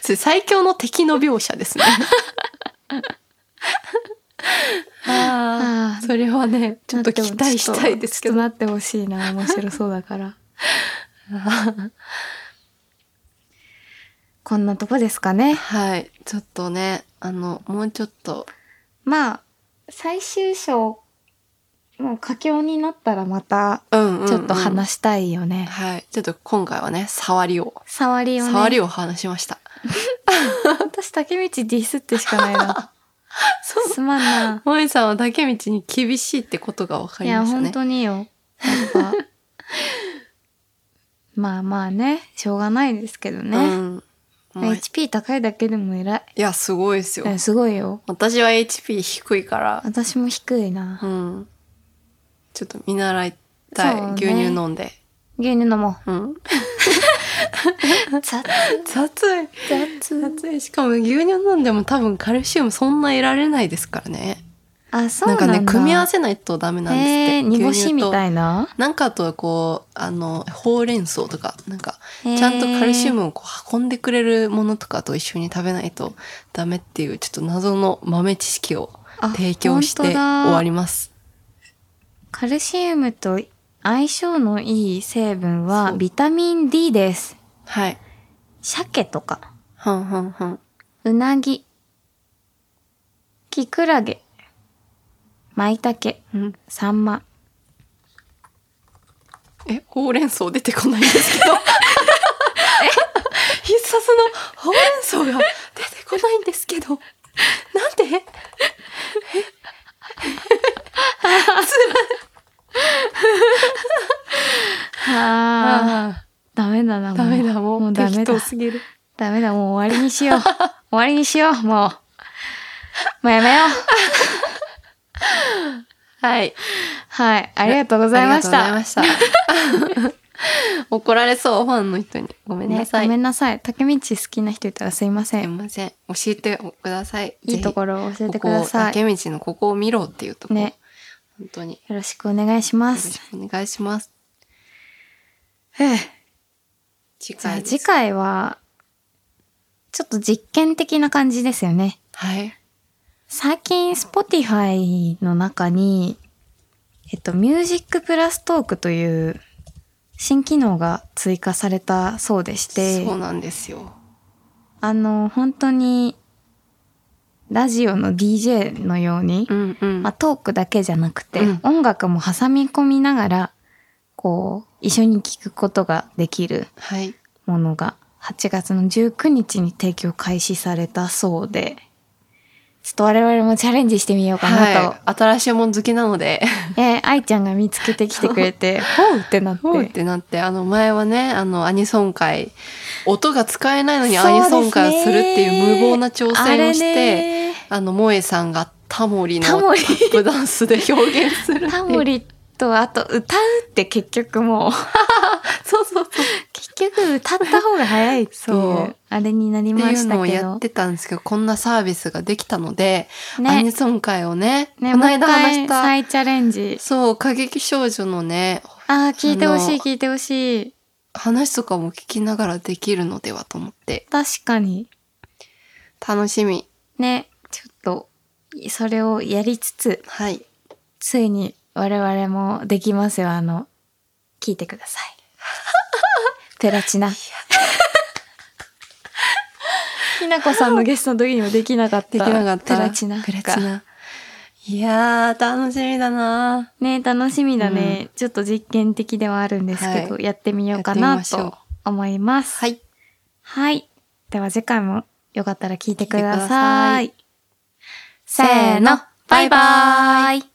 B: それ最強の敵の描写ですね。あ
A: あ
B: あ、それはね、ちょっと
A: なて
B: 期
A: も
B: 待したいですけ
A: ち
B: ど。
A: ょっとちょっとなってほしいな。面白そうだから。 こんなとこですかね。
B: はい、ちょっとね、あの、もうちょっと、
A: まあ、最終章、もう佳境になったらまた、
B: うんうんうん
A: ちょっと話したいよね。
B: はい、ちょっと今回はね、触りを、
A: 触りをね。
B: 触りを話しました。
A: 私、竹道ディスってしかな いな。すまんな。
B: 萌えさんは竹道に厳しいってことが分か
A: い
B: りま
A: や、
B: した
A: 本
B: ね。
A: 当によ。やっ ぱ。まあまあね、しょうがないですけどね。
B: うん。もうい
A: HP 高いだけでも偉い。
B: や、すごいですよ
A: い。やすごいよ。
B: 私は HP 低いから、
A: 私も低いな。
B: うん。ちょっと見習い
A: そう
B: たい。
A: ね
B: 牛乳飲んで。
A: 牛乳飲も
B: うん。
A: う。雑。
B: 雑い。
A: 雑。
B: 雑い。しかも牛乳飲んでも多分カルシウムそんな得られないですからね。
A: あ、そう
B: な
A: なんん
B: かね、
A: だ。
B: 組み合わせないとダメなんですって。
A: えー、煮干
B: 牛乳
A: し
B: と
A: みたいな。
B: なんかあとこう、あの、ほうれん草とか、なんか、
A: へー
B: ちゃんとカルシウムをこう運んでくれるものとかと一緒に食べないとダメっていう、ちょっと謎の豆知識を
A: あ
B: 提供して
A: 本
B: 終
A: 当だ
B: わります。
A: カルシウムと相性のいい成分
B: そ
A: は
B: う
A: ビタミン D です。
B: はい。
A: 鮭とか、
B: はんはんはん。
A: うなぎ、キクラゲ、舞茸、
B: うん
A: サンマ。
B: え、ほうれん草出てこないんですけど。 必殺のほうれん草が出てこないんですけど。なんでええ
A: はあ、
B: あ
A: ダメだな、
B: あ、
A: もう
B: ダメだ、も
A: も
B: う
A: うダメ
B: 適
A: だ
B: 当。すぎる。
A: ダメだ、もう終わり にしよう。終わりにしよう、もう。もうやめよう。
B: はい。
A: はい、ありがとうございまし
B: ありが
A: た。
B: とうござい ました。怒られそう、ファンの人に。ごめんな
A: ね、
B: さ
A: ご
B: い。
A: めんなさい。竹道好きな人いたらすいませ
B: すい
A: ん。
B: ません。教えてください。
A: いいとこ
B: ろ
A: ろを教えてください。
B: こ
A: よ
B: こ、竹道のここを見ろっていうとこ。
A: ね
B: 本当に。よ
A: ろしくお願いしま
B: ろ
A: す
B: し。くお願いします。
A: ふう
B: 次
A: じゃあ
B: 回です。
A: 次回は、ちょっと実験的な感じですよね。
B: はい。
A: 最近、Spotify の中に、えっと、ミュージックプラストークという新機能が追加されたそうでして、
B: そうなんですよ。
A: あの、本当に、ラジオの DJ のように、
B: うんうん。
A: まあ、トークだけじゃなくて、
B: うん
A: 音楽も挟み込みながら、こう、一緒に聴くことができる
B: はい。
A: ものが8月の19日に提供開始されたそうで、ちょっと我々もチャレンジしてみようかなと。
B: はい。新しいもん好きなので。
A: えー愛ちゃんが見つけてきてくれて、ほうってなって。
B: ほうってなって、あの前はね、あのアニソン会、音が使えないのに
A: そう
B: ア
A: ですね
B: ニソン会をするっていう無謀な挑戦をし
A: あ
B: て、
A: れね
B: あの、萌えさんがタモリのタ
A: タモリ
B: ップダンスで表現するっていう。
A: タモリとあと歌うって結局もう、
B: そうそうそう。
A: 結局歌った方が早いってい、
B: そう
A: あれになり
B: っ
A: ま
B: ていう
A: した
B: のを
A: け
B: やっ
A: ど。
B: てたんですけど、こんなサービスができたので、アニ
A: ね。
B: ソン会をね、
A: ね、
B: この
A: もう一
B: 間話
A: 回
B: した、
A: 再チャレンジ。
B: そう、過激少女のね、
A: ああ、聞いてほし
B: あ
A: い
B: の
A: 聞いてほしい。
B: 話とかも聞きながらできるのではと思って、
A: 確かに。
B: 楽しみ。
A: ね、ちょっと、それをやりつつ、
B: はい。
A: ついに我々もできますよ。あの、聞いてください。 ペラチナ。 ひなこさんのゲストの時にもできなかった。
B: できなかった。
A: ペラチナ。
B: ペラチ。ナ。いやー、楽しみだな
A: ね楽しみだね、ちょっと実験的ではあるんですけど、
B: は
A: やってみようか
B: やってみ
A: な
B: ましょう
A: と思います。
B: はい。
A: はい。では次回もよかったら聞いてくだ
B: 聞いてくださ
A: さい。
B: い
A: せーの、バイバーイ